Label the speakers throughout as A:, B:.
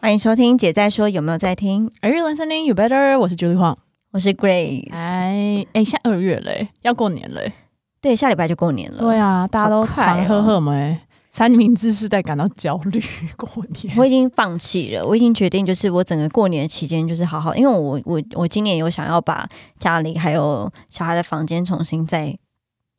A: 欢迎收听《姐在说》，有没有在听？
B: 二月 listening you better，我是 Julie Huang。
A: 我是 Grace。
B: 哎哎，现在二月嘞、要过年嘞、
A: 对，下礼拜就过年了。
B: 对啊，大家都
A: 好快哦
B: 常喝哎喝没、三明治是在感到焦虑过年。
A: 我已经放弃了，我已经决定，就是我整个过年期间，就是好好，因为我我我今年有想要把家里还有小孩的房间重新再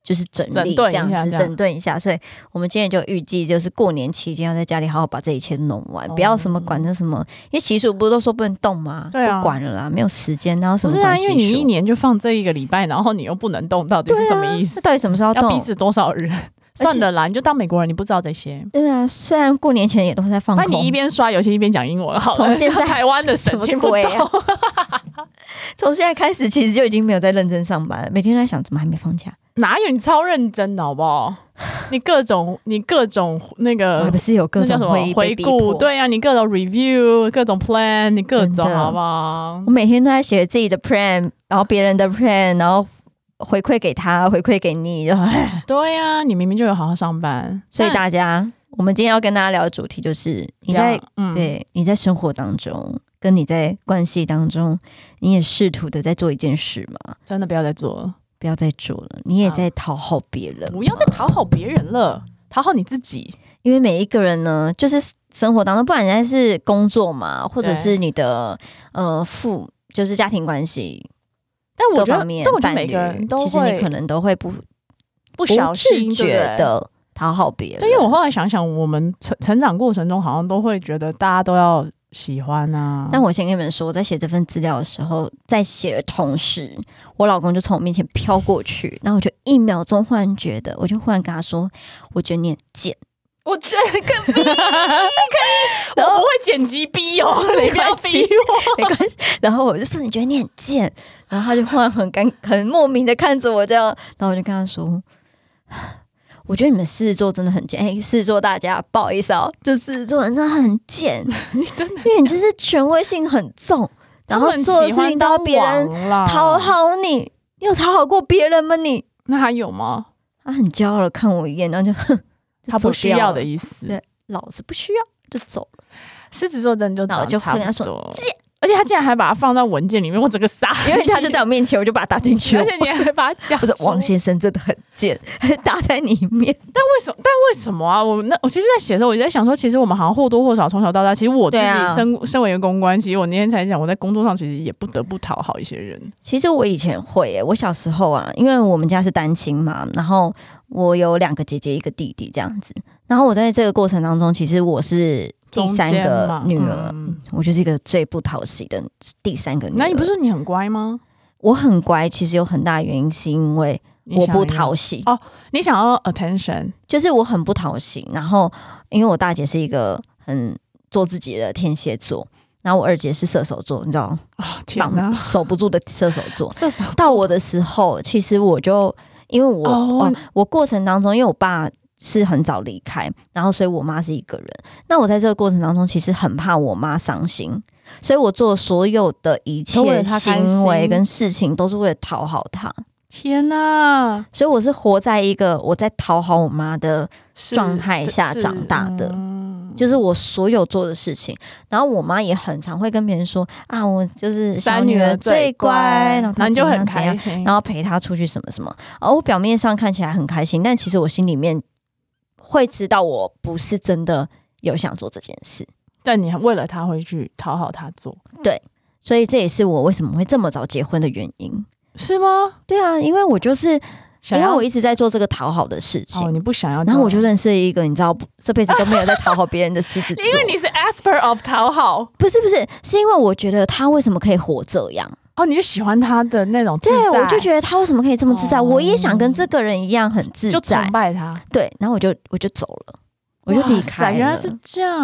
A: 就是整理这
B: 整顿一
A: 样
B: 下啊
A: 子，
B: 这样
A: 整顿一下，所以我们今年就预计就是过年期间要在家里好好把这一切弄完，
B: 哦
A: 不要什么管那什么，因为习俗不是都说不能动吗？
B: 对啊
A: 不管了啦，没有时间，然后什
B: 不
A: 么
B: 是
A: 管
B: 啊，
A: 习
B: 因
A: 俗
B: 为你一年就放这一个礼拜，然后你又不能动，到底是什么意
A: 那
B: 思？
A: 到底什么时候
B: 啊要逼
A: 动？
B: 死多少人？算了啦，你就当美国人，你不知道这些。
A: 对啊，虽然过年前也都在放
B: 那
A: 空，
B: 你一边刷游戏一边讲英文好
A: 从
B: 了，
A: 现在
B: 台湾的
A: 什
B: 神
A: 么
B: 听不
A: 鬼
B: 懂。
A: 啊从现在开始，其实就已经没有在认真上班了，每天都在想怎么还没放假，
B: 哪有你超认真的好不好？你各种你各种那
A: 我
B: 个
A: 还不是有各
B: 呃那叫
A: 种
B: 什
A: 会议被
B: 么回
A: 逼
B: 顾？
A: 迫。
B: 对啊呀、你各种 review，各种 plan，你各
A: 真
B: 种
A: 的
B: 好不好
A: 我？每天都在写自己的 plan，然后别人的 plan，然后回馈给他，回馈给你。 然后
B: 对呀、你明明就有好好上班，
A: 哎所以
B: 但
A: 大家，我们今天要跟大家聊的主题就是你
B: 这样
A: 在、
B: 嗯，
A: 对你在生活当中，跟你在关系当中，你也试图的在做一件事嘛，
B: 真的不要再做了，
A: 不要再做了，你也
B: 好
A: 在讨好别人嘛，
B: 不要再讨好别人了，讨好你自己。
A: 因为每一个人呢，就是生活当中，不管人家是工作嘛，或者是你的呃父，就是家庭关系
B: 但
A: 各
B: 我觉
A: 方
B: 得，
A: 面，
B: 但我觉
A: 伴
B: 得每
A: 侣
B: 个人，都
A: 其实你可
B: 会
A: 能都会不不
B: 不小心
A: 自觉。
B: 对不对
A: 的讨好别人。
B: 对，因为我后来想想，我们成成长过程中好像都会觉得大家都要喜欢啊，
A: 但我先跟你们说，我在写这份资料的时候，在写的同时，我老公就从我面前飘过去，然后我就一秒钟忽然觉得，我就忽然跟他说：“我觉得你很贱。
B: 我觉得更逼，我
A: 然后
B: 不会剪辑逼 哦，你不要
A: 关系
B: 逼 我。”
A: 没关系，然后我就说：“你觉得你很贱。”然后他就忽然很尴，很莫名的看着我这样，然后我就跟他说。我觉得你们狮子座真的很贱，哎、狮子座大家不好意思哦，就狮子座人真的很 贱，
B: 你真的，
A: 因为你就是权威性很重，然后所有
B: 啊
A: 事情都要别人讨
B: 讨。
A: 好你，你有讨好过别人吗你？
B: 那还有吗？
A: 他很骄傲的看我一眼，然后就 哼，就
B: 他不
A: 走
B: 需
A: 掉
B: 要
A: 了
B: 的意思。
A: 对老子不需要就走了，
B: 狮子座真的就
A: 那我
B: 长
A: 就
B: 得
A: 会
B: 差
A: 跟他
B: 不
A: 说
B: 多，而且他竟然还把它放到文件里面，我整个傻眼，
A: 因为他就在我面前，我就把他打进去了
B: 而。且你还把它讲
A: 我
B: 出，
A: 说王先生真的很贱， 打在你面。
B: 为什么？但为什么啊？我那我其实，在写的时候，我就在想说，其实我们好像或多或少从小到大，其实我自
A: 对啊
B: 己身、身为一个公关，其实我那天才讲，我在工作上其实也不得不讨好一些人。
A: 其实我以前会、欸，我小时候啊，因为我们家是单亲嘛，然后我有两个姐姐，一个弟弟这样子。然后我在这个过程当中，其实我是第三
B: 中间
A: 个
B: 嘛
A: 女儿，
B: 嗯
A: 我就是一个最不讨喜的第三个女儿。
B: 那你不是说你很乖吗？
A: 我很乖，其实有很大原因是因为
B: 你
A: 我
B: 想
A: 不
B: 要
A: 讨喜，
B: 你哦想要 attention，
A: 就是我很不讨喜。然后因为我大姐是一个很做自己的天蝎座，然后我二姐是射手座，你知道，
B: 天哪！
A: 守不住的射手座。
B: 射手
A: 到我的时候，其实我就因为我、
B: 哦
A: 哦，我过程当中，因为我爸是很早离开，然后所以我妈是一个人。那我在这个过程当中，其实很怕我妈伤心，所以我做所有的一
B: 都为
A: 切
B: 了她开
A: 行为
B: 心
A: 跟事情，都是为了讨好她。
B: 天哪！
A: 所以我是活在一个我在讨好我妈的，
B: 是
A: 状态下
B: 是
A: 长大的
B: 嗯
A: 就是我所有做的事情。然后我妈也很常会跟别人说啊，我就是小
B: 三女
A: 儿
B: 儿
A: 最
B: 最
A: 乖，
B: 然
A: 她
B: 后你就
A: 怎样
B: 很
A: 怎样
B: 开心。
A: 然后陪她出去什么什么。而我表面上看起来很开心，但其实我心里面会知道我不是真的有想做这件事。
B: 但你为了他会去讨好他做，
A: 所以这也是我为什么会这么早结婚的原因。
B: 是吗？
A: 对啊，因为我就是因
B: 想
A: 为
B: 要
A: 我一直在做这个讨好的事情
B: 哦，，你不想要这样，
A: 然后我就认识了一个你知道这辈子都没有在讨好别人的狮子 座，
B: 因为你是 asper of 讨好
A: 不是不是，是因为我觉得他为什么可以活这样？
B: 哦，你就喜欢他的那种自
A: 对，
B: 在
A: 我就觉得他为什么可以这么自在？
B: 哦
A: 我也想跟这个人一样很自
B: 就
A: 在
B: 崇。拜他，
A: 对，然后我就我就走了，我就离
B: 哇塞
A: 开了。
B: 原来是这样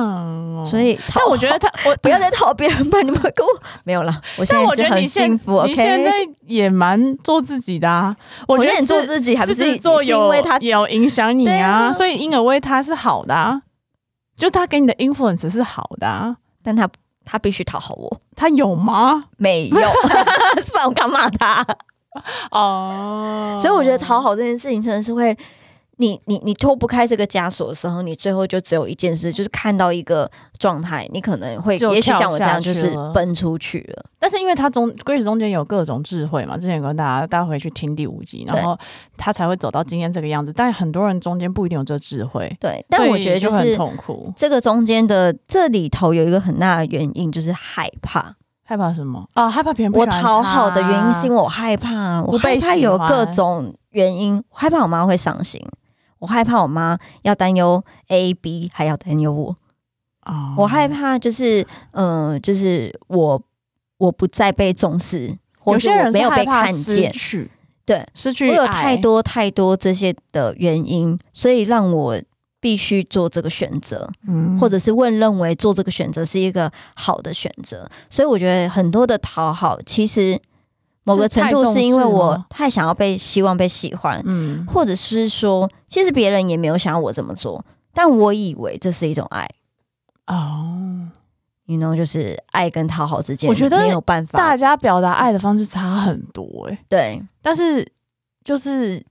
B: 哦，
A: 所。以讨
B: 但
A: 好，
B: 我觉得他，我
A: 不要再讨别人吧，你们跟 我没有了。我现
B: 但
A: 在
B: 我
A: 是
B: 觉得
A: 很
B: 你现
A: 幸福。
B: 你现
A: OK，
B: 在也蛮做自己的啊。我觉
A: 觉
B: 得
A: 得你做
B: 是
A: 自己，还不
B: 狮
A: 是
B: 子座
A: 是
B: 有
A: 因为他
B: 有影响你
A: 对
B: 啊，
A: 啊
B: 所以因而为他是好的、啊，就他给你的 influence 是好的、啊，
A: 但他他必须讨好我，
B: 他有吗？
A: 没有，不然我干嘛他？
B: 哦
A: 哦所以我觉得讨好这件事情真的是会你你你脱不开这个枷锁的时候，你最后就只有一件事，就是看到一个状态，你可能会，
B: 就
A: 也许像我这样，
B: 跳
A: 就
B: 下去了
A: 是奔出去了。
B: 但是因为他中 Grace 中间有各种智慧嘛，之前有跟大家大家回去听第五集，然后他才会走到今天这个样子。但很多人中间不一定有这智慧，
A: 对，但我
B: 所以
A: 觉得
B: 就
A: 就是
B: 很痛苦，
A: 这个中间的这里头有一个很大的原因，就是害怕。
B: 害怕什么啊？害怕别人不
A: 我
B: 喜欢
A: 讨好的原因是因
B: 为
A: 为我害怕，我
B: 不
A: 害
B: 被
A: 怕
B: 喜
A: 有各
B: 欢
A: 种原因，我害怕我妈会伤心，我害怕我妈要担忧 A、B，还要担忧我，
B: 哦
A: 我害怕就是，嗯、就是我我不再被重视，或
B: 有
A: 是
B: 些人
A: 我
B: 是
A: 没有
B: 害
A: 被
B: 怕
A: 看
B: 失
A: 见，
B: 去
A: 对
B: 失
A: 我
B: 去
A: 有
B: 爱
A: 太多太多这些的原因，所以让我必须做这个选择。
B: 嗯
A: 或者是问认为做这个选择是一个好的选择，所以我觉得很多的讨好，其实某个程度是因为我太想要被希望被喜欢，
B: 嗯
A: 或者是说，其实别人也没有想要我这么做，但我以为这是一种爱，
B: 哦，
A: 你 know，就是爱跟讨好之间，
B: 我觉得
A: 没有办
B: 大
A: 法，
B: 家表达爱的方式差很多哎、欸
A: 对
B: 但是就是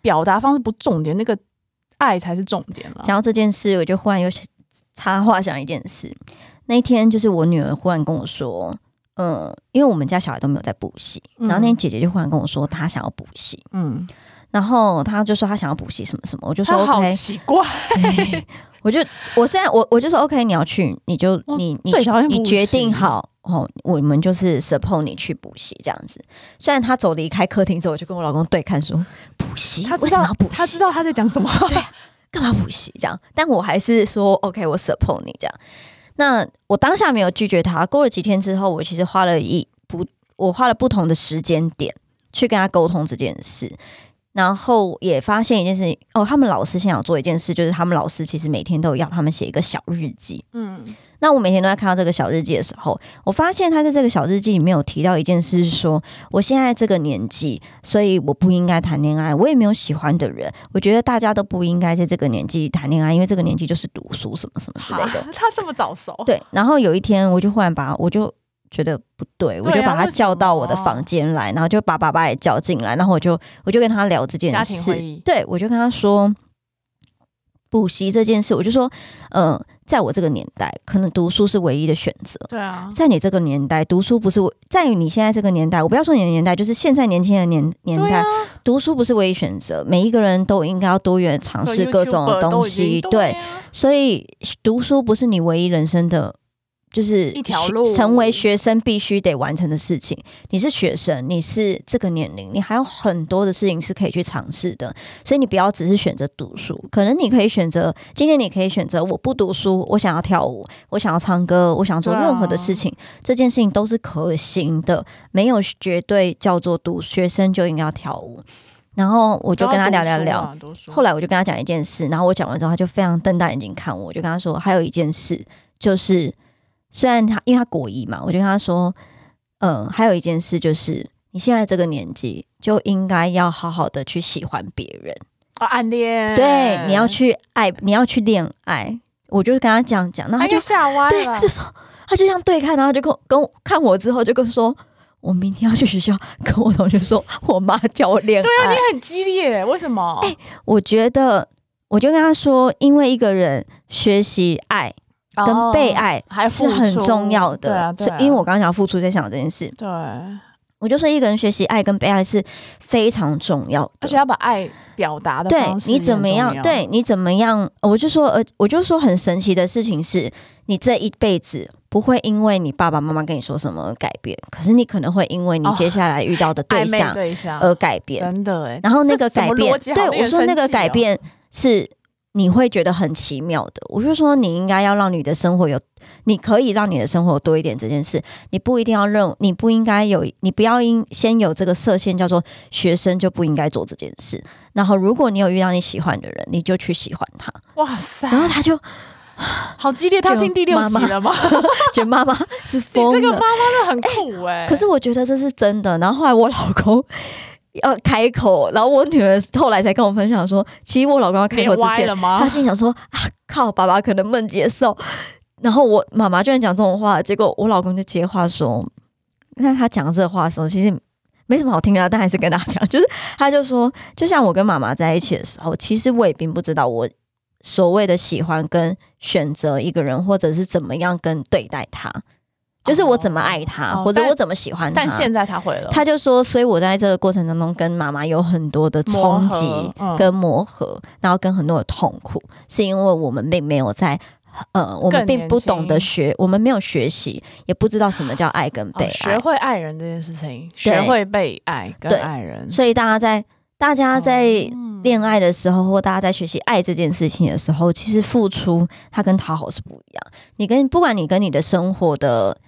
B: 表达方式不重点，那个爱才是重点了。
A: 讲到这件事，我就忽然又想插话想一件事。那一天就是我女儿忽然跟我说，嗯，因为我们家小孩都没有在补习，
B: 嗯
A: 然后那天姐姐就忽然跟我说她想要补习，
B: 嗯，
A: 然后她就说她想要补习什么什么，我就说
B: 他好
A: OK，
B: 奇怪，
A: 对 我就我虽然我我就说 OK，你要去你就
B: 我
A: 你你
B: 最讨厌
A: 你
B: 补
A: 决
B: 习
A: 定好哦，我们就是 support 你去补习这样子。虽然她走离开客厅之后，我就跟我老公对看说补习，
B: 他
A: 为
B: 知
A: 什么
B: 道
A: 要补习？啊
B: 他知道他在讲什么。
A: 干嘛补习这样？但我还是说 OK，我 support 你这样。那我当下没有拒绝他。过了几天之后，我其实花了一不，我花了不同的时间点去跟他沟通这件事，然后也发现一件事情哦，他们老师现在有做一件事，就是他们老师其实每天都有要他们写一个小日记。
B: 嗯，
A: 那我每天都在看到这个小日记的时候，我发现他在这个小日记里面有提到一件事是说我现在这个年纪，所以我不应该谈恋爱，我也没有喜欢的人。我觉得大家都不应该在这个年纪谈恋爱，因为这个年纪就是读书什么什么之类的。
B: 哈他这么早熟，
A: 对，然后有一天我就忽然把我就。觉得不对，我就把他叫到我的
B: 为什么
A: 房间来，然后就把爸爸也叫进来，然后我就我就跟他聊这件
B: 家庭
A: 事
B: 会，议，
A: 对，我就跟他说补习这件事，我就说，嗯、在我这个年代，可能读书是唯一的选择。
B: 对啊，
A: 在你这个年代，读书不是唯在你现在这个年代，我不要说你的年代，就是现在年轻人的年年
B: 对
A: 代，
B: 啊，
A: 读书不是唯一选择。每一个人都应该要多元尝试各种
B: YouTuber 都
A: 东
B: 已经
A: 西，
B: 对
A: 对，
B: 啊，
A: 所以读书不是你唯一人生的，就是
B: 一条
A: 学
B: 路
A: 成为学生必须得完成的事情。你是学生，你是这个年龄，你还有很多的事情是可以去尝试的。所以你不要只是选择读书，可能你可以选择今天你可以选择我不读书，我想要跳舞，我想要唱歌，我想要做
B: 对啊
A: 任何的事情，这件事情都是可行的，没有绝对叫做读学生就应该要跳舞。然后我
B: 我
A: 就跟他
B: 啊
A: 聊聊聊，，后
B: 来
A: 来我就跟他讲一件事，然后我讲完之后，他就非常瞪大眼睛看我，我就跟他说，还有一件事就是，虽然他因为他国一嘛，我就跟他说，嗯，还有一件事就是，你现在这个年纪就应该要好好的去喜欢别人，
B: 啊暗恋，
A: 对，
B: 嗯
A: 你要，去爱，你要去恋爱。我就跟他这样讲，那他
B: 他
A: 就
B: 就哎吓歪
A: 对，
B: 了
A: 他，就说，他就这样对看，然后就跟我跟我看我之后就跟我说，我明天要去学校跟我同学说，我妈叫我恋爱。
B: 对啊，你很激烈，为什么？
A: 哎我觉得，我就跟他说，因为一个人学习爱跟被
B: 哦
A: 爱
B: 还
A: 是
B: 付
A: 很
B: 出
A: 重要的，
B: 对啊对啊
A: 所以因为我刚刚讲付出，在想这件事，
B: 对，
A: 我就说一个人学习爱跟被爱是非常重要的，
B: 而且要把爱表达的
A: 对
B: 方式
A: 你怎么
B: 也很
A: 样
B: 重要，
A: 对你怎么样，我就说，呃，我就说很神奇的事情是，你这一辈子。不会因为你爸爸妈妈跟你说什么而改变，可是你可能会因为你
B: 哦
A: 接下来遇到的对
B: 暧
A: 象
B: 昧对啊象，
A: 而改变。
B: 真的哎、
A: 然后那个
B: 这什
A: 改
B: 么
A: 变，
B: 逻辑好令
A: 对我
B: 人
A: 说
B: 生
A: 那个
B: 气
A: 改
B: 哦
A: 变是你会觉得很奇妙的。我就说你应该要让你的生活有，你可以让你的生活多一点这件事，你不一定要认，你不应该有，你不要因先有这个设限，叫做学生就不应该做这件事。然后如果你有遇到你喜欢的人，你就去喜欢他。
B: 哇塞，
A: 然后他 就
B: 好激烈！他
A: 就
B: 听第六集
A: 妈妈
B: 了吗？
A: 觉得妈妈是
B: 你这
A: 疯
B: 个妈
A: 了，
B: 妈真的很酷哎、
A: 可是我觉得这是真的。然后后来我老公。 要开口，然后我女儿后来才跟我分享说，其实我老公要开口
B: 脸
A: 之
B: 歪
A: 前，
B: 了
A: 他
B: 吗？
A: 心想说啊靠，爸爸可能梦接受。然后我妈妈居然讲这种话，结果我老公就接话说，那他讲这话的时候，其实没什么好听的啊，但还是跟大家讲， 就是他就说，就像我跟妈妈在一起的时候，其实我也并不知道我所谓的喜欢跟选择一个人，或者是怎么样跟对待他，就是我怎么爱他，
B: 哦
A: 或者
B: 但
A: 我怎么喜欢他。
B: 但现在他会了，
A: 嗯他就说，所以我在这个过程当中跟妈妈有很多的冲击
B: 磨合嗯
A: 跟磨合，然后跟很多的痛苦，是因为我们并没有在。呃，我们
B: 更
A: 并
B: 年
A: 不懂得
B: 轻
A: 学，我们没有学习，也不知道什么叫爱跟被
B: 哦
A: 爱。
B: 学会爱人这件事情，学会被爱跟
A: 对
B: 爱人，
A: 所以大家在大家在
B: 嗯
A: 恋爱的时候，或大家在学习爱这件事情的时候，其实付出它跟讨好是不一样。你跟不管你跟你的生活的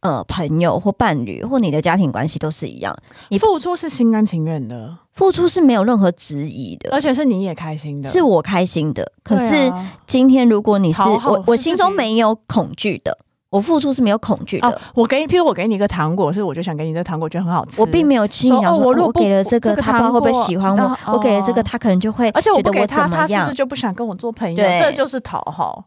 A: 呃朋友或伴侣或你的家庭关系都是一样，你
B: 付出是心甘情愿的，
A: 付出是没有任何质疑的
B: 而。且是你也开心的。
A: 是我开心的，可
B: 对
A: 是
B: 啊
A: 今天如果你是
B: 讨好
A: 我
B: 是，
A: 我
B: 自
A: 心中
B: 己
A: 没有恐惧的，我付出是没有恐惧
B: 哦
A: 的，，
B: 我给你，譬如我给你一个糖果，是我就想给你这糖果，觉得很好吃。
A: 我并没有轻易
B: 说
A: 想
B: 哦
A: 说，
B: 我
A: 哦
B: 如
A: 我
B: 果不
A: 给了这
B: 这
A: 个，
B: 个
A: 他不知道
B: 糖
A: 会不会
B: 果
A: 喜欢我
B: 然；后
A: 我给了这个，
B: 哦
A: 他可能就会
B: 而且我
A: 觉
B: 不
A: 得
B: 给
A: 我
B: 他，
A: 怎
B: 他
A: 么
B: 是不
A: 样
B: 是。就不想跟我做朋友？
A: 对
B: 这就是讨好。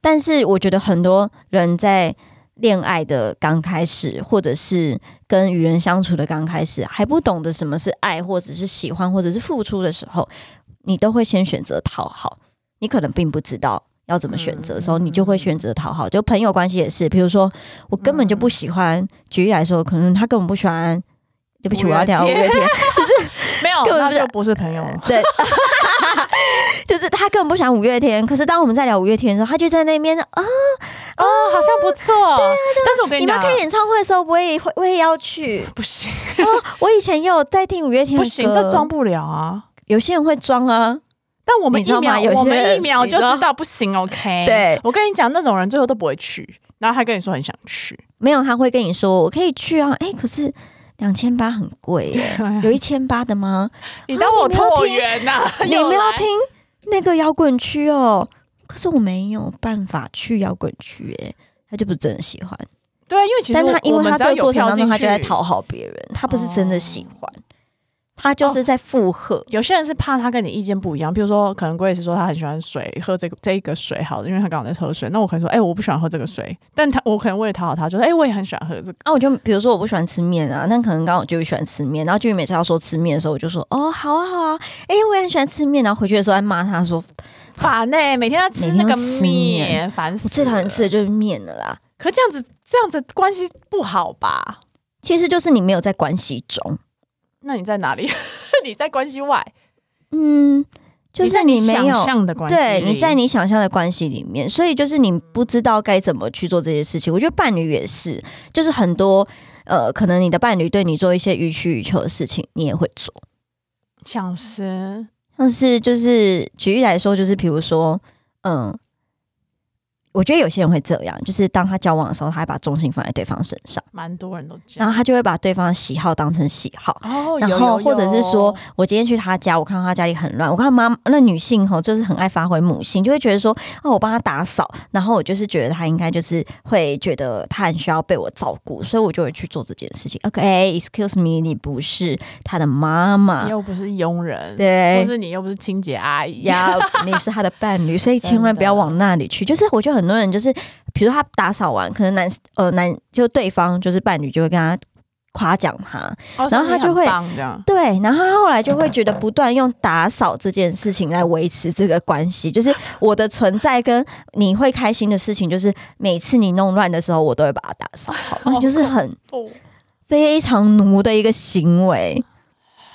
A: 但是我觉得很多人在恋爱的刚开始，或者是跟与人相处的刚开始，还不懂得什么是爱，或者是喜欢，或者是付出的时候，你都会先选择讨好。你可能并不知道要怎么选择的时候，
B: 嗯
A: 你就会选择讨好。就朋友关系也是，比如说我根本就不喜欢，举例来说，可能他根本不喜欢。对不起，
B: 五
A: 我
B: 月
A: 要聊五
B: 天
A: 月天，
B: 没有，
A: 根本
B: 那
A: 不是
B: 就不是朋友了。
A: 对， 就是他根本不喜欢五月天。可是当我们在聊五月天的时候，他就在那边啊，
B: 哦，好像不错。但是我跟
A: 你们要，
B: 讲
A: 看演唱会的时候，我也会，我也要去。
B: 不行
A: 我以前也有在听五月天的
B: 不
A: 歌，
B: 行，这装不了啊。
A: 有些人会装啊，
B: 但我们
A: 你
B: 一
A: 知道吗
B: 秒，
A: 有些
B: 我们一
A: 人
B: 秒
A: 你
B: 就
A: 知道
B: 知道不行。OK，
A: 对
B: 我跟你讲，那种人最后都不会去，然后还跟你说很想去。
A: 没有他会跟你说我可以去啊，哎、可是两千八很贵 耶，
B: 啊
A: 有一千八的吗？
B: 你当我
A: 啊你们要
B: 拓
A: 听
B: 员呐？
A: 你
B: 又
A: 们要
B: 来
A: 听那个摇滚区哦，可是我没有办法去摇滚区耶。他就不是真的喜欢，
B: 对，啊因为其实
A: 但
B: 我
A: 他因
B: 我
A: 为
B: 们
A: 他
B: 只要
A: 这个
B: 有
A: 过程
B: 票
A: 当中，
B: 进
A: 他就在
B: 去哦
A: 讨好别人，他不是真的喜欢，他就是在附和。
B: 有些人是怕他跟你意见不一样，比如说可能 Grace 说他很喜欢水，喝这个这一个水好了，因为他刚好在喝水。那我可能说，哎、我不喜欢喝这个水，但他我可能为了讨好他，就说，哎、我也很喜欢喝这个。
A: 啊，我就比如说我不喜欢吃面啊，那可能刚好就喜欢吃面，然后就每次要说吃面的时候，我就说哦，好啊，好啊，哎、我也很喜欢吃面，然后回去的时候还骂他说，
B: 烦呢、 每天要吃
A: 每天
B: 那
A: 要
B: 个
A: 吃
B: 面，
A: 面
B: 烦死。
A: 我最讨厌吃的。就是面了啦。
B: 可这样子这样子关系不好吧？
A: 其实就是你没有在关系中，
B: 那你在哪里？ 你在关系外，
A: 嗯，就
B: 你
A: 是
B: 在
A: 你
B: 你
A: 没
B: 想
A: 有。
B: 象的关系
A: 对，
B: 里，
A: 你在你想象的关系里面，所以就是你不知道该怎么去做这些事情。我觉得伴侣也是，就是很多呃，可能你的伴侣对你做一些予取予求的事情，你也会做。
B: 想吃，
A: 像是就是举例来说，就是比如说，嗯，我觉得有些人会这样，就是当他交往的时候，他会把重心放在对方身上，
B: 蛮多人都这
A: 然
B: 样。
A: 后他就会把对方的喜好当成喜好。
B: 哦，
A: 然
B: 有
A: 后
B: 有
A: 或者是说
B: 有，
A: 我今天去他家，我看到他家里很乱，我看到妈那女性吼，就是很爱发挥母性，就会觉得说，哦，我帮他打扫，然后我就是觉得他应该就是会觉得他很需要被我照顾，所以我就会去做这件事情。OK，excuse、me，你不是他的妈
B: 你
A: 妈，
B: 又不是佣人，，
A: 啊对，
B: 或是你又不是清洁 阿姨，
A: 呀，你是他的伴侣，所以
B: 真
A: 千万不要
B: 的
A: 往那里去。就是我觉得很多人就是，比如他打扫完，可能男呃男就对方就是伴侣就会跟他夸奖他，
B: 哦
A: 然后
B: 所以
A: 他
B: 你
A: 就
B: 很
A: 会
B: 棒这样。
A: 对，然后他后来就会觉得不断用打扫这件事情来维持这个关系，就是我的存在跟你会开心的事情，就是每次你弄乱的时候，我都会把它打扫好，那就是很
B: 不，
A: 非常奴的一个行为。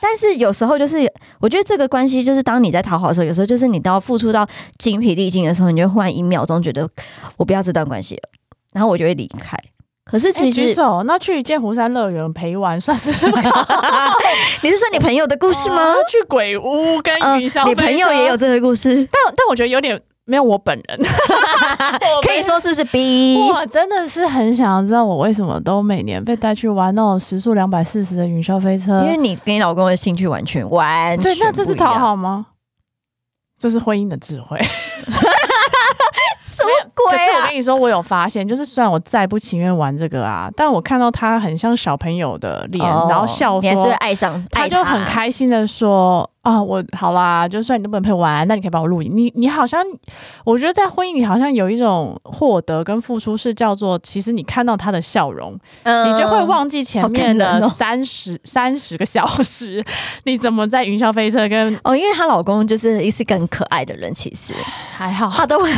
A: 但是有时候就是，我觉得这个关系就是，当你在讨好的时候，有时候就是你到付出到精疲力尽的时候，你就会忽然一秒钟觉得我不要这段关系了，然后我就会离开。可是
B: 哎
A: 其
B: 举
A: 实、啊
B: 手，那去剑湖山乐园陪玩 算是哎
A: 你是说你朋友的故事吗？？
B: 去鬼屋跟
A: 嗯
B: 云霄、
A: 你朋友也有，这个故事，
B: 但但我觉得有点没有我本 人，我
A: 可以说是不是 B？
B: 没。我真的是很想要知道，我为什么都每年被带去玩那种时速两百四十的云霄飞车？
A: 因为你跟你老公的兴趣完全完全
B: 对，那这是
A: 不一样啊
B: 讨，好吗？这是婚姻的 智慧。
A: 什么
B: 可
A: 鬼
B: 是我
A: 啊
B: 跟？你说，我有发现，就是虽然我再不情愿玩这个啊，但我看到他很像小朋友的脸，然后
A: 哦
B: 笑
A: 你还是
B: 说
A: 会爱上，
B: 他
A: 爱
B: 就很开心的说：“啊、我好啦，就算你都不能陪我玩，那你可以帮我录影。你你好像，我觉得在婚姻里好像有一种获得跟付出是叫做，其实你看到他的笑容，
A: 嗯
B: 你就会忘记前面
A: 好感
B: 的
A: 人哦
B: 三十三十个小时，你怎么在云霄飞车跟
A: 哦，因为她老公就是是个很可爱的人，其 实
B: 还好。
A: 他都会，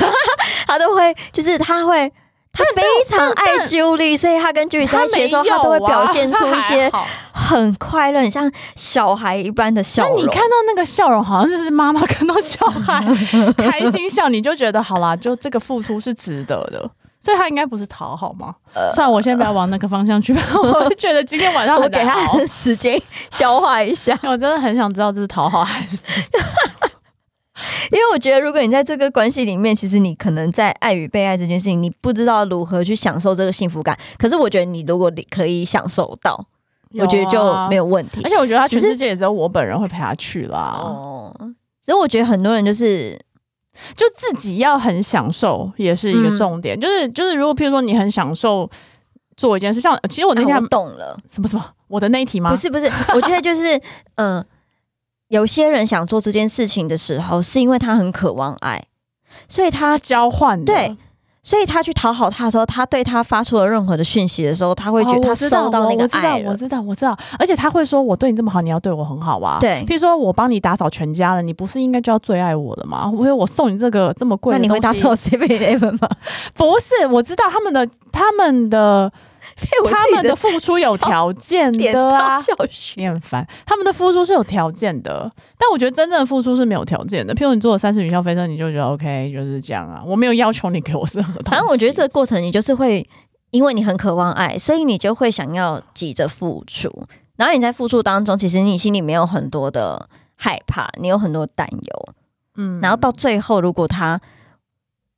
A: 他都会，就是他会。他非常爱 Julie，所以 他跟 Julie 在一起的时候，
B: 没有
A: 他都会表
B: 啊
A: 现
B: 他
A: 出一
B: 还
A: 些
B: 好
A: 很快乐，很像小孩一般的笑
B: 那
A: 容。
B: 你看到那个笑容，好像就是妈妈看到小孩开心笑，你就觉得好啦，就这个付出是值得 的。所以他应该不是讨好吗？
A: 呃
B: 虽然我现在不要往那个方向去，我会觉得今天晚 上
A: 我
B: 很
A: 给
B: 难
A: 他
B: 熬
A: 的时间消化一下，
B: 我真的很想知道这是讨好还是
A: 因为我觉得，如果你在这个关系里面，其实你可能在爱与被爱这件事情，你不知道如何去享受这个幸福感。可是我觉得，你如果你可以享受到，
B: 啊
A: 我觉得就没
B: 有
A: 有问题
B: 啊。而。且我觉得他全
A: 只是
B: 世界也只有我本人会陪他去啦，
A: 哦，所以我觉得很多人就是
B: 就自己要很享受也是一个重
A: 嗯
B: 点。就是就是，如果譬如说你很享受做一件事，像其实我
A: 啊我
B: 那天还、
A: 懂了，
B: 什么什么我的那一题哎吗？
A: 不是不 是，我觉得就是嗯、呃有些人想做这件事情的时候，是因为他很渴望爱，所以他
B: 交换的，
A: 对所以他去讨好他的时候，他对他发出了任何的讯息的时候，他会觉得
B: 哦
A: 他
B: 我知道
A: 受到那
B: 我
A: 个
B: 我知道
A: 爱
B: 我
A: 了。
B: 知道，我知道，而且他会说我对你这么好，你要对我很好啊。
A: 对
B: 譬如说我帮你打扫全家了，你不是应该就要最爱我了吗？我有我送你这个这么贵
A: 那
B: 的东
A: 你
B: 西，
A: 会打扫 Seven Eleven 吗？
B: 不是？我知道他们的他们的
A: 被 我
B: 他
A: 自己
B: 们的
A: 的
B: 付出有条件
A: 点
B: 的
A: 到
B: 啊。
A: 笑穴。
B: 你很烦，他们的付出是有条件的，但我觉得真正的付出是没有条件的。譬如你做了三十云霄飞车，你就觉得 OK，就是这样啊，我没有要求你给我任何东西。
A: 反正我觉得这个过程，你就是会因为你很渴望爱，所以你就会想要急着付出。然后你在付出当中，其实你心里没有很多的害怕，你有很多担忧。
B: 嗯
A: 然后到最后，如果他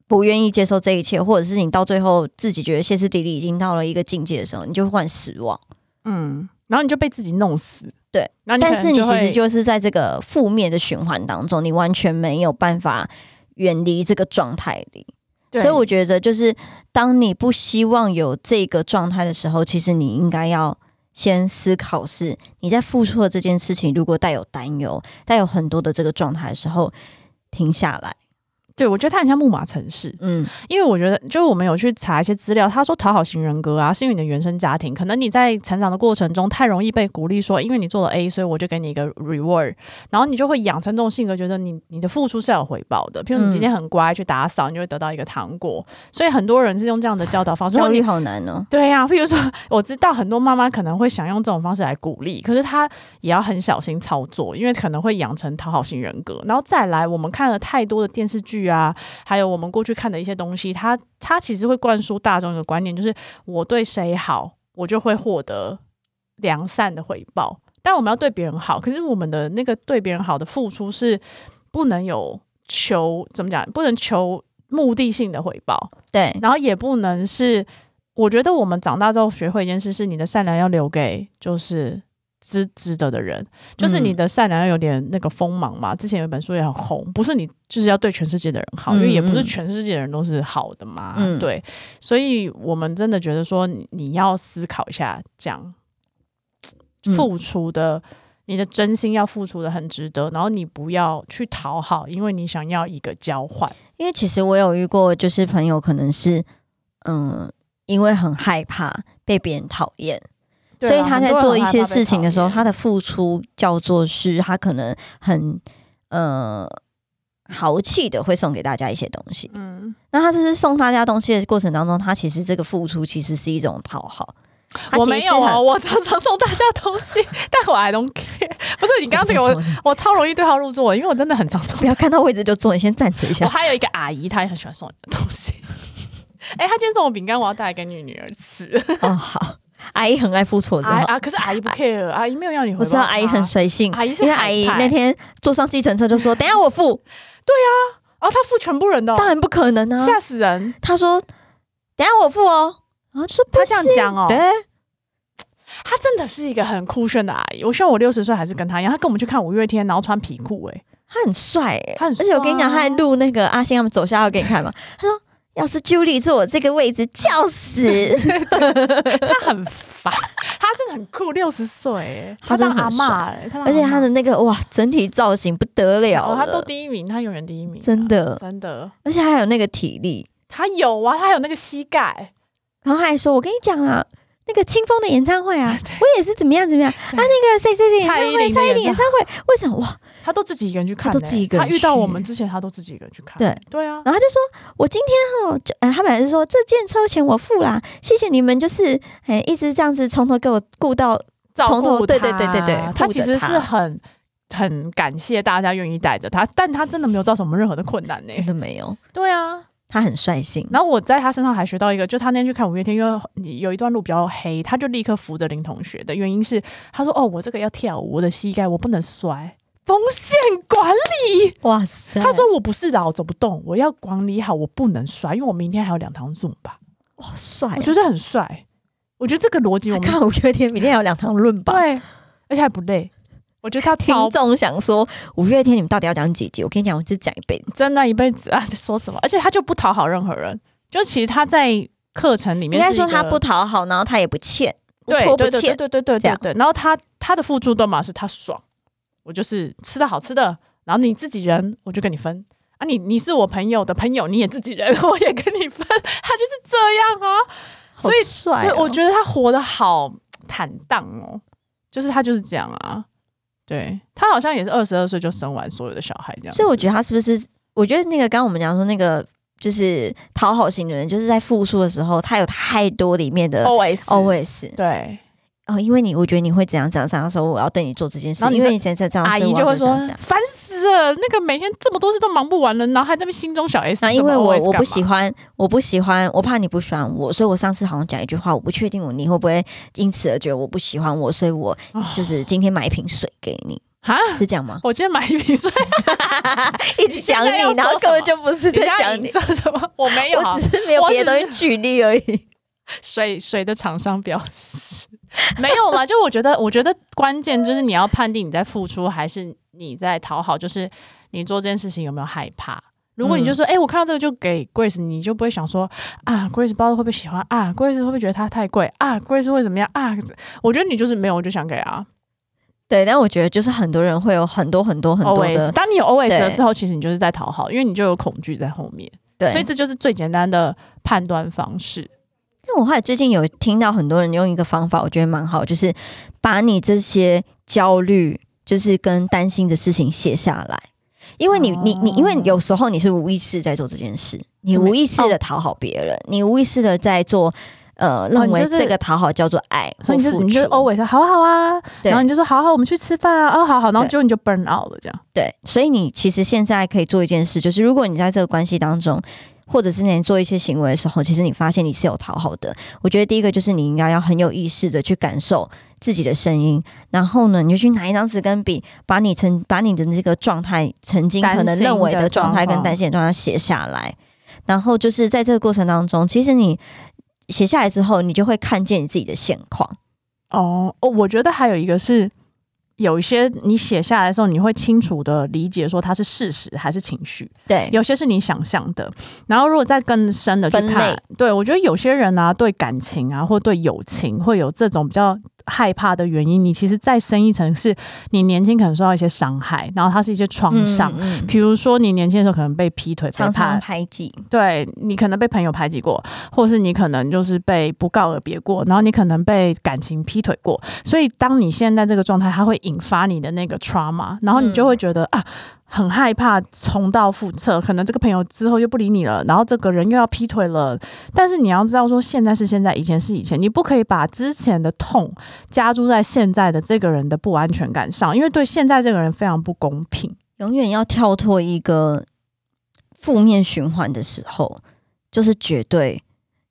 A: 不愿意接受这一切，或者是你到最后自己觉得歇斯底里已经到了一个境界的时候，你就会换失望。
B: 嗯，然后你就被自己弄死。
A: 对，
B: 然后你可
A: 但
B: 能
A: 是你
B: 就
A: 其
B: 会
A: 实就是在这个负面的循环当中，你完全没有办法远离这个状态里。
B: 对
A: 所以我觉得，就是当你不希望有这个状态的时候，其实你应该要先思考是你在付出的这件事情，如果带有担忧、带有很多的这个状态的时候，停下来。
B: 对，我觉得他很像木马城市，
A: 嗯，
B: 因为我觉得，就是我们有去查一些资料，他说讨好型人格啊，是因为你的原生家庭，可能你在成长的过程中太容易被鼓励说，因为你做了 A，所以我就给你一个 reward，然后你就会养成这种性格，觉得你你的付出是要有回报的。譬如你今天很乖去打扫，你就会得到一个糖果，所以很多人是用这样的教导方式。
A: 教育好难哦、
B: 对呀、 譬如说，我知道很多妈妈可能会想用这种方式来鼓励，可是她也要很小心操作，因为可能会养成讨好型人格。然后再来，我们看了太多的电视剧啊，还有我们过去看的一些东西，它它其实会灌输大众一个观念，就是我对谁好，我就会获得良善的回报。但我们要对别人好，可是我们的那个对别人好的付出是不能有求怎么讲，不能求目的性的回报。
A: 对，
B: 然后也不能是，我觉得我们长大之后学会一件事，是你的善良要留给就是值值得的人，就是
A: 嗯
B: 你的善良要有点那个锋芒嘛。之前有一本书也很红，不是你就是要对全世界的人好，因为也不
A: 嗯
B: 是
A: 嗯
B: 全世界的人都是好的嘛。
A: 嗯
B: 对，所以我们真的觉得说，你你要思考一下，这样
A: 嗯
B: 付出的。你的真心要付出的很值得，然后你不要去讨好，因为你想要一个交换。
A: 因为其实我有遇过，就是朋友可能是，嗯、因为很害怕被别人讨厌，
B: 对啊
A: 所以他
B: 很
A: 在
B: 多人
A: 做
B: 很
A: 一
B: 害
A: 些
B: 怕被
A: 事情
B: 讨
A: 的时候，
B: 厌
A: 他的付出叫做是他可能很呃豪气的会送给大家一些东西。
B: 嗯，
A: 那他就是送大家东西的过程当中，他其实这个付出其实是一种讨好。他
B: 我
A: 其实
B: 没
A: 是
B: 有哦，
A: 很，
B: 我常常送大家东西， 但我 I don't care。不是你刚刚这个
A: 我
B: 我，
A: 跟你说
B: 我超容易对号入座，因为我真的很常送
A: 不。要看到位置就坐，你先站着一
B: 我
A: 下。
B: 还有一个阿姨，她也很喜欢送我的东西。 哎、她今天送我饼干，我要带来给你女儿吃。
A: 哦，好，阿姨很爱付出，我知
B: 阿
A: 道，
B: 啊，可是阿姨不 care，阿姨没有要你回
A: 我
B: 报
A: 知道阿姨很
B: 她
A: 随性，
B: 阿姨是
A: 因为
B: 海
A: 阿姨
B: 派
A: 那天坐上计程车 就说：“等一下我付。
B: 哦，她付全部人的、”
A: 当
B: 哦，
A: 然不可能啊！
B: 吓死人！
A: 他说：“等一下我付哦。”然后就说：“不
B: 她这样
A: 行
B: 讲哦，
A: 对，
B: 她真的是一个很酷炫的阿姨。我希望我六十岁还是跟她一样。她跟我们去看五月天，然后穿皮裤、哎，
A: 他很帅、欸，
B: 他很
A: 而且我跟你讲，
B: 帅啊
A: 他还录那个阿信他们走下要给你看嘛。他说要是 Julie 坐我这个位置，叫死！
B: 他很烦， 他真的很酷，六十岁耶，
A: 他
B: 他
A: 真
B: 当
A: 的
B: 阿
A: 很
B: 嬷哎，当
A: 而且
B: 阿
A: 他
B: 嬷
A: 的那个哇，整体造型不得了
B: 哦，
A: 了，
B: 他都第一名，他永远第一名啊，
A: 真的，
B: 真的，
A: 而且还有那个体力。
B: 他有啊，他有那个膝盖，
A: 然后他还说：“我跟你讲啊，那个清风的演唱会 啊，我也是怎么样怎么样啊，那
B: 对
A: 个谁谁谁演唱
B: 蔡依林
A: 会，
B: 的
A: 蔡依林演
B: 演
A: 唱
B: 唱
A: 会，为什么哇？
B: 他都自己一个人去看
A: 都
B: 呢，
A: 自己一个人
B: 他遇到我
A: 去
B: 们之前，他都自己一个人去看，
A: 对
B: 对啊，
A: 然后他就说，我今天哦，就、呃、他本来是说这件车钱我付啦，谢谢你们，就是哎、一直这样子从头给我顾到，
B: 照
A: 从头
B: 顾
A: 对对对对对
B: 他
A: 护
B: 他
A: 着
B: 其实
A: 他
B: 是很很感谢大家愿意带着他，但他真的没有造成我们任何的困难呢、欸
A: 真的没有，
B: 对啊，
A: 他很率性，
B: 然后我在他身上还学到一个，就他那天去看五月天，因为有一段路比较黑，他就立刻扶着林同学的原因是，他说：“哦，我这个要跳舞，我的膝盖我不能摔，风险管理。
A: 哇塞，”
B: 他说：“我不是啦，我走不动，我要管理好，我不能摔，因为我明天还有两堂 Zoom 吧。
A: 哇帅、啊
B: 我，觉得很帅，我觉得这个逻辑我
A: 他
B: 们
A: 看五月天明天还有两堂论吧。
B: 对，而且还不累。我觉得他
A: 听
B: 超
A: 众想说，五月天你们到底要讲几集？我跟你讲，我就讲一辈子。
B: 真的一辈子啊，在说什么？而且他就不讨好任何人，就其实他在课程里
A: 应
B: 面
A: 该
B: 是一
A: 说他
B: 个
A: 不讨好，然后他也不欠，不
B: 对
A: 拖不
B: 对对对
A: 欠，
B: 对对对
A: 这
B: 对
A: 样
B: 对。然后他他的付出都嘛是他爽，我就是吃到好吃的，然后你自己人我就跟你分啊你，你是我朋友的朋友，你也自己人，我也跟你分， 他就是这样啊。
A: 好
B: 所以
A: 帅
B: 所以
A: 哦、
B: 我觉得他活得好坦荡哦，就是他就是这样啊。对他好像也是二十二岁就生完所有的小孩这样，
A: 所以我觉得他是不是？我觉得那个刚刚我们讲说那个就是讨好型的人，就是在复述的时候，他有太多里面的
B: always
A: always
B: 对
A: 哦，因为你我觉得你会怎样怎样怎样，说我要对你做这件事
B: 然，后你
A: 因为
B: 这
A: 你怎样怎样怎样，
B: 阿
A: 啊所以
B: 姨
A: 我
B: 就
A: 要
B: 会
A: 这
B: 说
A: 样这样
B: 烦死了，那个每天这么多事都忙不完了，然后还在那边心中小 S，
A: 然后因为
B: 什么
A: 我
B: always
A: 我不
B: 干嘛
A: 喜欢，我不喜欢，我怕你不喜欢我，所以我上次好像讲一句话，我不确定我你会不会因此而觉得我不喜欢我，所以我
B: 啊
A: 就是今天买一瓶水给你，
B: 啊，
A: 是这样 吗？
B: 我今天买一瓶水，
A: 一直讲
B: 你现在要
A: 你，然后
B: 说什
A: 根
B: 么
A: 本就不是在讲
B: 你
A: 你，
B: 说什么？ 我没有啊，
A: 我只是没有
B: 我
A: 别
B: 只
A: 的东西举例而已。
B: 水水的厂商表示没有啦。 就我觉得，我觉得关键就是你要判定你在付出还是你在讨好，就是你做这件事情有没有害怕。如果你就说，哎、我看到这个就给 Grace，你就不会想说啊，Grace 包会不会喜欢啊？Grace 会不会觉得它太贵啊？Grace 会怎么样啊？我觉得你就是没有，我就想给啊。
A: 对，但我觉得就是很多人会有很多很多很多
B: always，
A: 的，
B: 当你有 always
A: 对
B: 的时候，其实你就是在讨好，因为你就有恐惧在后面，
A: 对。
B: 所以这就是最简单的判断方式。
A: 但我后来最近有听到很多人用一个方法，我觉得蛮好，就是把你这些焦虑，就是跟担心的事情写下来。因为你，你，你，因为
B: 哦
A: 有时候你是无意识在做这件事，你
B: 什么
A: 无意识的讨好别人，你无意识的在做，呃，认
B: 哦你
A: 为
B: 就是
A: 这个讨好叫做爱
B: 所
A: 或
B: 以
A: 付
B: 你
A: 出。
B: 就你就 always 好好啊，
A: 对
B: 然后你就说好好，我们去吃饭啊，哦好好，然后
A: 对
B: 结果你就 burn out 了这样。
A: 对，所以你其实现在可以做一件事，就是如果你在这个关系当中，或者是你做一些行为的时候，其实你发现你是有讨好的。我觉得第一个就是你应该要很有意识的去感受自己的声音，然后呢，你就去拿一张纸跟笔，把你曾把你的这个状态，曾经可
B: 担
A: 能
B: 心
A: 认为
B: 的
A: 的状态
B: 状
A: 跟
B: 况
A: 担心的状态写下来，然后就是在这个过程当中，其实你写下来之后，你就会看见你自己的现况。
B: 哦哦，我觉得还有一个是，有一些你写下来的时候，你会清楚的理解说它是事实还是情绪，
A: 对，
B: 有些是你想象的。然后如果再更深的去
A: 分
B: 看
A: 类，
B: 对我觉得有些人啊，对感情啊或对友情会有这种比较。害怕的原因，你其实再深一层，是你年轻可能受到一些伤害，然后它是一些创伤，
A: 嗯嗯
B: 比如说你年轻的时候可能被劈腿、背
A: 常
B: 叛
A: 常，排挤，
B: 对你可能被朋友排挤过，或是你可能就是被不告而别过，然后你可能被感情劈腿过，所以当你现在这个状态，它会引发你的那个 trauma，然后你就会觉得、
A: 嗯
B: 啊，很害怕重蹈覆辙，可能这个朋友之后又不理你了，然后这个人又要劈腿了。但是你要知道说，现在是现在，以前是以前，你不可以把之前的痛加注在现在的这个人的不安全感上，因为对现在这个人非常不公平。
A: 永远要跳脱一个负面循环的时候，就是绝对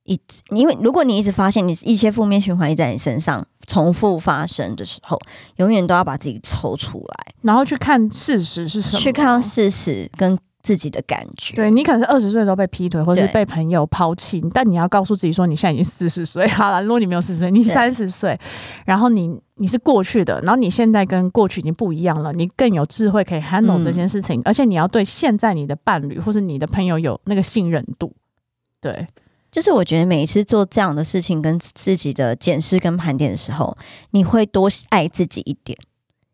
A: 一直，因为如果你一直发现你一些负面循环一直在你身上重复发生的时候，永远都要把自己抽出来，
B: 然后去看事实是什么，
A: 去看到事实跟自己的感觉。
B: 对你可能是二十岁的时候被劈腿，或是
A: 对
B: 被朋友抛弃，但你要告诉自己说，你现在已经四十岁好了。如果你没有四十岁，你
A: 对
B: 三十岁，然后你你是过去的，然后你现在跟过去已经不一样了，你更有智慧可以 handle
A: 嗯
B: 这件事情，而且你要对现在你的伴侣或是你的朋友有那个信任度。对，
A: 就是我觉得每一次做这样的事情，跟自己的检视跟盘点的时候，你会多爱自己一点。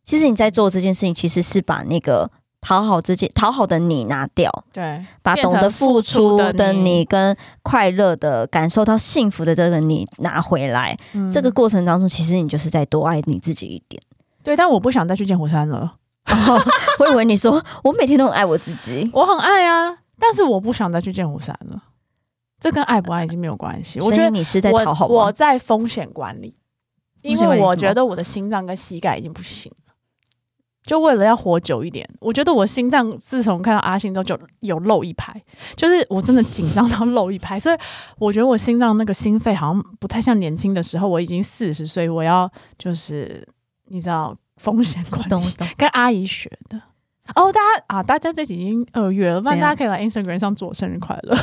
A: 其实你在做这件事情，其实是把那个讨好自己、讨好的你拿掉，
B: 对，
A: 把
B: 变
A: 懂
B: 成
A: 得
B: 付
A: 付
B: 出
A: 出
B: 的
A: 的
B: 你
A: 你跟快乐的感受到幸福的这个你拿回来。
B: 嗯
A: 这个过程当中，其实你就是在多爱你自己一点。
B: 对，但我不想再去剑湖山了。
A: 哦、我以为你说我每天都很爱我自己，
B: 我很爱啊，但是我不想再去剑湖山了。这跟爱不爱已经没有关系。我觉
A: 所以
B: 得
A: 你是在
B: 我
A: 讨好
B: 我
A: 我，
B: 在风险管理，因
A: 风险管
B: 为
A: 理
B: 我
A: 是什么
B: 觉得我的心脏跟膝盖已经不行了。就为了要活久一点，我觉得我心脏自从看到阿信之后就有漏一拍，就是我真的紧张到漏一拍， 所以我觉得我心脏那个心肺好像不太像年轻的时候。我已经四十岁，我要就是你知道风险管理，
A: 懂懂。
B: 跟阿姨学的。哦，大家啊，大家这集已经二月了，不然
A: 怎
B: 大
A: 样
B: 家可以来 Instagram 上祝我生日快乐。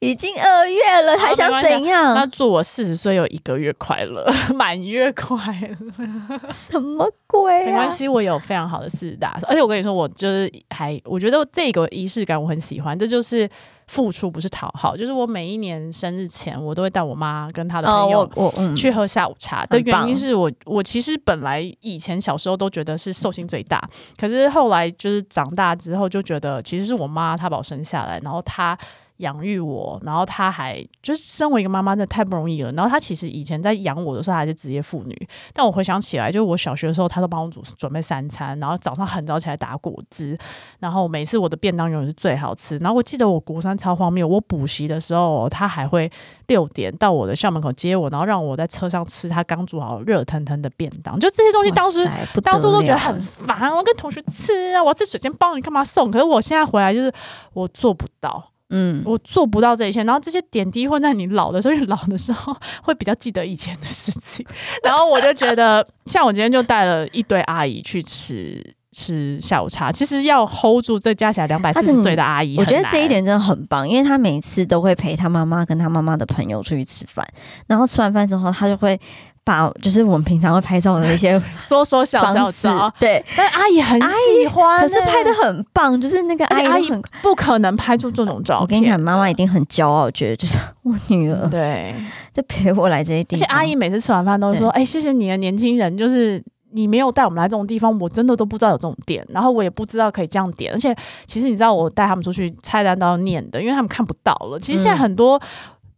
A: 已经二月了，
B: 好
A: 还想
B: 没关系
A: 怎
B: 那
A: 样？
B: 祝我四十岁有一个月快乐， 满月快乐。
A: 啊什么鬼、啊？
B: 没关系，我有非常好的四十大寿，而且我跟你说，我就是还我觉得这个仪式感我很喜欢，这就是付出不是讨好，就是我每一年生日前，我都会带我妈跟她的
A: 哦，
B: 朋友
A: 我我嗯，
B: 去喝下午茶的
A: 很
B: 原因
A: 棒
B: 是我我其实本来以前小时候都觉得是寿星最大，可是后来就是长大之后就觉得其实是我妈她把我生下来，然后她养育我，然后她还就是身为一个妈妈真的太不容易了。然后她其实以前在养我的时候她还是职业妇女，但我回想起来，就是我小学的时候她都帮我煮准备三餐，然后早上很早起来打果汁，然后每次我的便当永远是最好吃。然后我记得我国三超荒谬，我补习的时候她还会六点到我的校门口接我，然后让我在车上吃他刚煮好热腾腾的便当。就这些东西，当时
A: 哇塞不得
B: 当初都觉得
A: 了
B: 很烦，我要跟同学吃啊，我要吃水煎包，你干嘛送？可是我现在回来就是我做不到，
A: 嗯，
B: 我做不到这一切。然后这些点滴会在你老的时候，因为老的时候 会比较记得以前的事情。然后我就觉得，像我今天就带了一堆阿姨去吃。吃下午茶，其实要 hold 住这加起来两百四
A: 但是
B: 十
A: 你
B: 岁的阿姨
A: 我
B: 很难，欸
A: 觉得这一点真的很棒，因为他每次都会陪他妈妈跟他妈妈的朋友出去吃饭，然后吃完饭之后，他就会把就是我们平常会拍照的一 些
B: 说说笑笑
A: 方式
B: 招，，
A: 对，
B: 但阿姨很
A: 阿
B: 喜欢
A: 可
B: 欸、
A: 是拍的很棒，就是那个
B: 而
A: 阿
B: 且
A: 姨
B: 阿
A: 都
B: 姨
A: 很。
B: 不可能拍出这种照片。
A: 我跟你讲，妈妈一定很骄傲，觉得就是 我女儿
B: 对，
A: 就陪我来这些地
B: 而
A: 方。
B: 且阿姨每次吃完饭都会说：“哎、谢谢你的年轻人，就是你没有带我们来这种地方，我真的都不知道有这种店，然后我也不知道可以这样点。而且其实你知道，我带他们出去菜单都要念的，因为他们看不到了。其实现在
A: 嗯
B: 很多。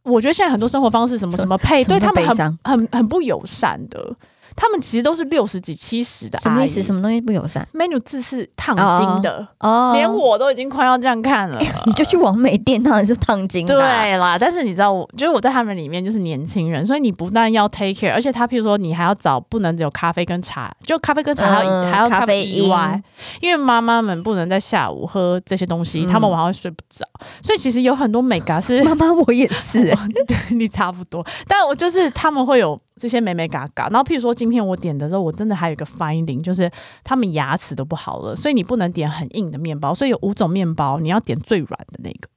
B: 我觉得现在很多生活方式，什么
A: 什
B: 什么配，
A: 怎么那
B: 对他
A: 么
B: 们
A: 悲
B: 很
A: 伤
B: 很很不友善的。他们其实都是六十几、七十的
A: 什
B: 阿
A: 么
B: 姨。
A: 意思？什么东西不友善？
B: menu 字是烫
A: 哦
B: 金的，
A: 哦，
B: 连我都已经快要这样看 了。
A: 你就去王美店，当然是烫金啦。
B: 对啦，但是你知道，我就是我在他们里面就是年轻人，所以你不但要 take care，而且他譬如说你还要找不能只有咖啡跟茶，就咖啡跟茶还要、
A: 嗯
B: 还要
A: 咖
B: 他们
A: 啡
B: 以
A: 因
B: 外，因为妈妈们不能在下午喝这些东西，他们
A: 嗯
B: 晚上会睡不着，所以其实有很多美嘎是
A: 妈妈，我也是、欸。
B: 哦 对你差不多，但我就是他们会有这些美美嘎嘎。然后譬如说今天我点的时候，我真的还有一个 finding，就是他们牙齿都不好了，所以你不能点很硬的面包，所以有五种面包，你要点最软的那个。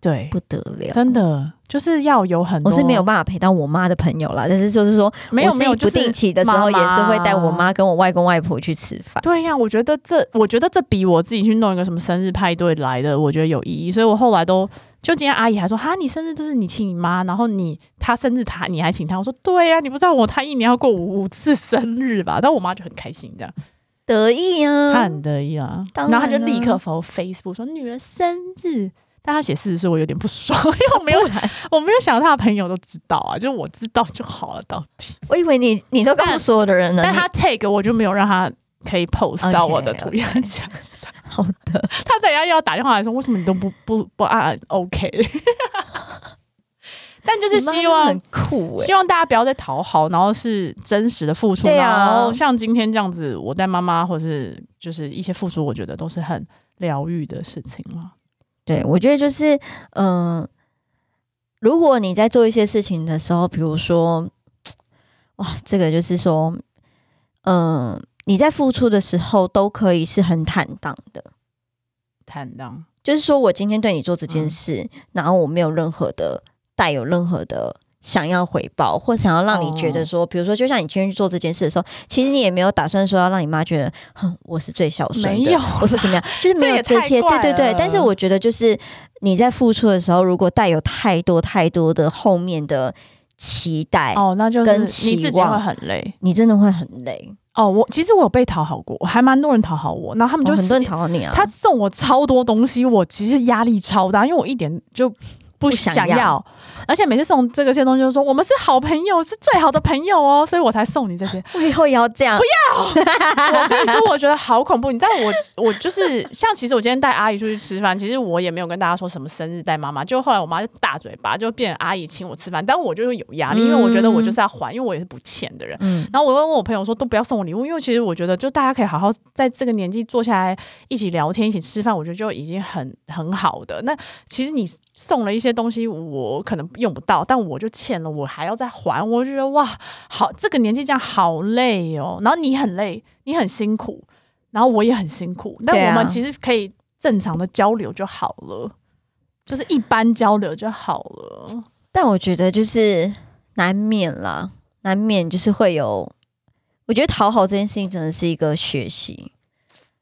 B: 对，
A: 不得了，
B: 真的就是要有很多，
A: 我是没有办法陪到我妈的朋友啦，但是就是说，
B: 没有
A: 我自
B: 没
A: 己
B: 有
A: 不定
B: 就是
A: 期的时候也
B: 妈
A: 是
B: 妈
A: 会带我妈跟我外公外婆去吃饭。
B: 对呀、我觉得这，我觉得这比我自己去弄一个什么生日派对来的，我觉得有意义。所以我后来都，就今天阿姨还说，哈，你生日就是你请你妈，然后你她生日她你还请她，我说对呀、你不知道我她一年要过五五次生日吧？但我妈就很开心这样，
A: 得意
B: 她
A: 啊，
B: 很得意啊，
A: 当
B: 然后她就
A: 然啊
B: 立刻 f Facebook 说女儿生日。但她写四十岁，我有点不爽，因为我没有，我没有想到她的朋友都知道啊，就我知道就好了，到底。
A: 我以为你你都告诉所有的人了，
B: 但他 tag 我就没有让他可以 post 到我的
A: OK，OK
B: 涂鸦墙上。
A: 你 好的，
B: 他等一下又要打电话来说，为什么你都不不不按 OK？但就是希
A: 你妈妈
B: 望
A: 很酷哎、
B: 希望大家不要再讨好，然后是真实的付出。
A: 对啊
B: 然后像今天这样子，我带妈妈或是就是一些付出，我觉得都是很疗愈的事情了。
A: 对，我觉得就是嗯、呃如果你在做一些事情的时候，比如说，哇，这个就是说，嗯、你在付出的时候都可以是很坦荡的。
B: 坦荡，
A: 就是说我今天对你做这件
B: 嗯
A: 事，然后我没有任何的带有任何的想要回报，或想要让你觉
B: 哦
A: 得说，比如说，就像你今天去做这件事的时候，其实你也没有打算说要让你妈觉得，哼，我是最孝顺的，
B: 没有
A: 我是怎么样，就是没有
B: 这也
A: 这
B: 太
A: 些，
B: 怪
A: 对对对
B: 了。
A: 但是我觉得，就是你在付出的时候，如果带有太多太多的后面的期待，
B: 哦，那就是
A: 哎跟
B: 你
A: 期
B: 自己会
A: 望
B: 很累
A: 你真的会很累。
B: 哦。我其实我有被讨好过，我还蛮多人讨好我，然后他们就
A: 哦
B: 是、
A: 很多人讨好你啊，
B: 他送我超多东西，我其实压力超大，因为我一点就不
A: 想
B: 想
A: 要
B: 要，而且每次送这个些东西，就说我们是好朋友，是最好的朋友哦，所以我才送你这些。
A: 我以后也要这样，
B: 我跟你说，我觉得好恐怖。你知道我，我就是像，其实我今天带阿姨出去吃饭，其实我也没有跟大家说什么生日带妈妈，就后来我妈就大嘴巴，就变成阿姨请我吃饭，但我就是有压力，因为我觉得我就是要还，因为我也是不欠的人。
A: 嗯，
B: 然后我又问我朋友说，都不要送我礼物，因为其实我觉得，就大家可以好好在这个年纪坐下来一起聊天、一起吃饭，我觉得就已经很很好的。那其实你送了一些东西，我可能用不到，但我就欠了，我还要再还。我就觉得哇，好，这个年纪这样好累哦。然后你很累，你很辛苦，然后我也很辛苦，但
A: 对啊
B: 我们其实可以正常的交流就好了。就是一般交流就好了，
A: 但我觉得就是难免啦，难免就是会有。我觉得讨好这件事情真的是一个学习，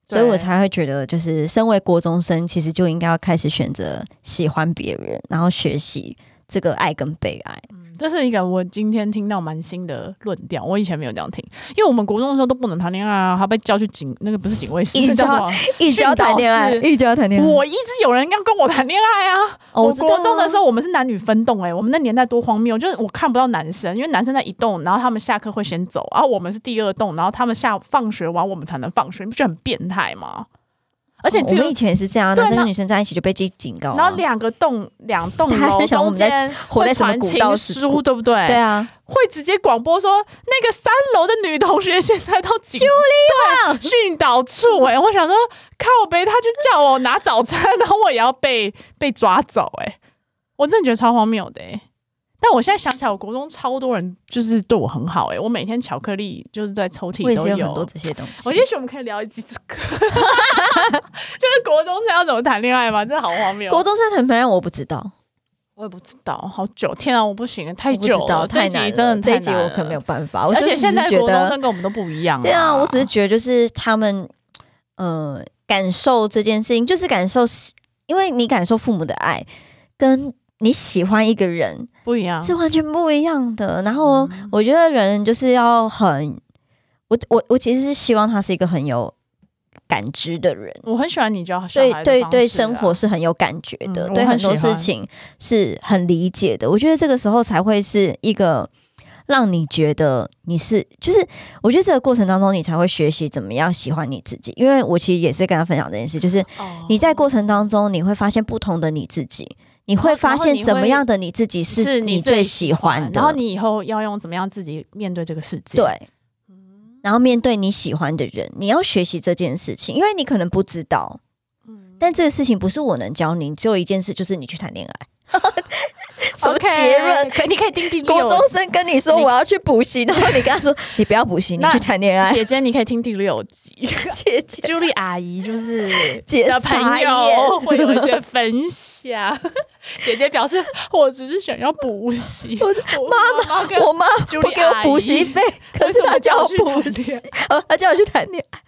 A: 所以我
B: 对
A: 才会觉得，就是身为国中生，其实就应该要开始选择喜欢别人，然后学习这个爱跟被爱。
B: 这是一个我今天听到蛮新的论调，我以前没有这样听，因为我们国中的时候都不能谈恋爱啊，还被叫去警那个不是警卫室，
A: 一
B: 那叫
A: 招
B: 什么？
A: 一直要啊谈恋爱，
B: 训导
A: 一直要谈恋爱。
B: 我一直有人要跟我谈恋爱啊！
A: 哦
B: 我
A: 知道啊
B: 国中的时候，我们是男女分栋哎、我们那年代多荒谬，就是我看不到男生，因为男生在一栋，然后他们下课会先走，然后我们是第二栋，然后他们下放学完我们才能放学，你不觉得很变态吗？而且
A: 哦我
B: 譬
A: 们以
B: 如，
A: 前也是这样，
B: 对
A: 男生
B: 那
A: 跟女生在一起就被记警告啊、
B: 然后两个栋两栋
A: 大家
B: 楼
A: 就想我
B: 中
A: 们在
B: 间
A: 活在
B: 会
A: 什么
B: 传
A: 古道
B: 情
A: 时
B: 书，对不对？
A: 对啊，
B: 会直接广播说那个三楼的女同学现在到警对训导处、欸。哎，我想说靠呗，他就叫我拿早餐，然后我也要被 被抓走、欸。哎，我真的觉得超荒谬的、欸。但我现在想起来，我国中超多人就是对我很好哎、欸我每天巧克力就是在抽屉
A: 我也
B: 都
A: 是有很多这些东西。
B: 我也许我们可以聊一集这个， 就是国中生要怎么谈恋爱吗？真的好荒谬。
A: 国中生谈恋爱我不知道，
B: 我也不知道，好久，天啊，我不行，太
A: 我不知
B: 久
A: 道，
B: 了，这
A: 太
B: 一
A: 难
B: 集
A: 了。
B: 真的
A: 这
B: 太
A: 一集
B: 难
A: 我可
B: 了
A: 没有办法。我
B: 而
A: 就
B: 且
A: 只
B: 现
A: 是
B: 在
A: 觉
B: 国中
A: 得
B: 生跟我们都不一样、
A: 对啊，我只是觉得就是他们，呃，感受这件事情，就是感受喜，因为你感受父母的爱，跟你喜欢一个人
B: 不一样。
A: 是完全不一样的。然后
B: 啊嗯
A: 我觉得人就是要很，我我我其实是希望他是一个很有感知的人。
B: 我很喜欢你教小
A: 对
B: 孩的
A: 对
B: 方
A: 对，
B: 式啊
A: 生活是很有感觉的，
B: 嗯
A: 对
B: 我
A: 很
B: 很
A: 多
B: 喜
A: 事
B: 欢
A: 情是很理解的。我觉得这个时候才会是一个让你觉得你是，就是我觉得这个过程当中，你才会学习怎么样喜欢你自己。因为我其实也是跟他分享这件事，就是
B: 哦
A: 你在过程当中，你会发现不同的你自己，你会
B: 然后
A: 发
B: 然后
A: 现
B: 你
A: 怎么
B: 会
A: 样的你自己
B: 是你
A: 你
B: 最
A: 最喜欢的，
B: 然后你以后要用怎么样自己面对这个世界？，
A: 对。
B: 嗯
A: 然后面对你喜欢的人，你要学习这件事情，因为你可能不知道，
B: 嗯
A: 但这个事情不是我能教你，只有一件事，就是你去谈恋爱。什么
B: OK，
A: 结论？
B: 可你可以听第
A: 国
B: 六
A: 中生跟你说
B: 你
A: 我要去补习，然后你跟他说 你不要补习，你
B: 那
A: 去谈恋爱。
B: 姐姐，你可以听第六 集。
A: 姐姐，
B: 朱莉阿姨就是
A: 姐
B: 的
A: 傻
B: 朋友
A: 眼
B: 会有一些分享。 姐姐表示，我只是想要补习。
A: 我说
B: 我妈妈跟
A: 我妈
B: 朱
A: 不
B: 莉
A: 给我
B: 阿
A: 补
B: 姨
A: 习 费，可
B: 为
A: 是
B: 什么
A: 她叫
B: 叫
A: 我
B: 我去
A: 补
B: 谈
A: 习
B: 恋，
A: 呃她叫我去谈恋爱。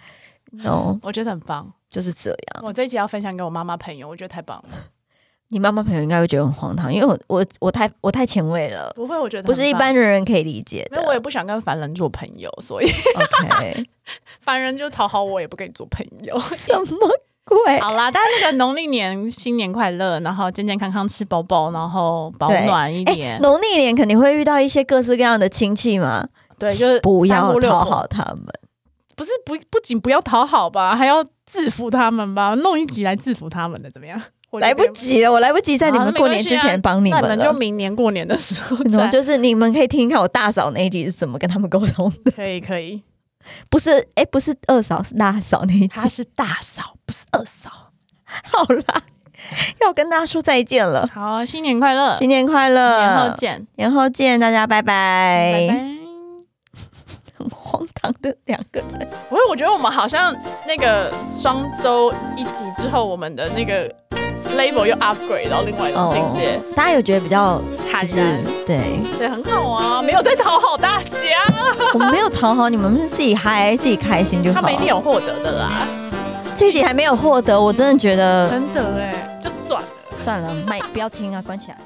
A: no，
B: 我觉得很棒。
A: 就是这样。
B: 我这一集要分享给我妈妈朋友，我觉得太棒了。
A: 你妈妈朋友应该会觉得很荒唐，因为我我我太我太前卫了，
B: 不会，我觉得
A: 不是
B: 很
A: 一
B: 棒
A: 般的人可以理解
B: 没
A: 的
B: 有，。我也不想跟凡人做朋友，所以
A: OK，
B: 凡人就讨好我，也不跟你做朋友。
A: 什么鬼？
B: 好啦，但是那个农历年新年快乐，然后健健康康吃饱饱，然后保
A: 对
B: 暖一
A: 哎，
B: 点。
A: 农历年肯定会遇到一些各式各样的亲戚嘛。
B: 对，就是
A: 不
B: 三
A: 要
B: 姑六
A: 讨
B: 婆，
A: 好他们。
B: 不是不不仅不要讨好吧，还要制服他们吧，弄一集来制服他们的怎么样？我觉得
A: 来不及了，我来不及在你
B: 好
A: 们
B: 那没
A: 过年
B: 关系
A: 之
B: 啊
A: 前帮你
B: 那
A: 们
B: 你
A: 了。
B: 们就明年过年的时候
A: 然后
B: 再
A: 就是你们可以听一看我大嫂那一集是怎么跟他们沟通的，
B: 可以可以。
A: 不是哎、不是二嫂是大嫂那一集
B: 她。是大嫂，不是二嫂。
A: 好啦，要跟大家说再见了，
B: 好，新年快乐，
A: 新年快乐，
B: 年后，见，
A: 年后见，大家拜拜。
B: 拜拜。
A: 很荒唐的两个人，
B: 不会，我觉得我们好像那个双周一集之后，我们的那个 level 又 upgrade 到另外一种境界，
A: 哦大家有觉得比较
B: 坦
A: 就是
B: 然，
A: 对，
B: 对，很好啊，没有在讨好大家，
A: 我们没有讨好你们，我们自己嗨，自己开心就好。
B: 他们一定有获得的啦，
A: 这一集还没有获得，我真的觉得
B: 真的哎，就算了。
A: 算了，麦不要听啊，关起来。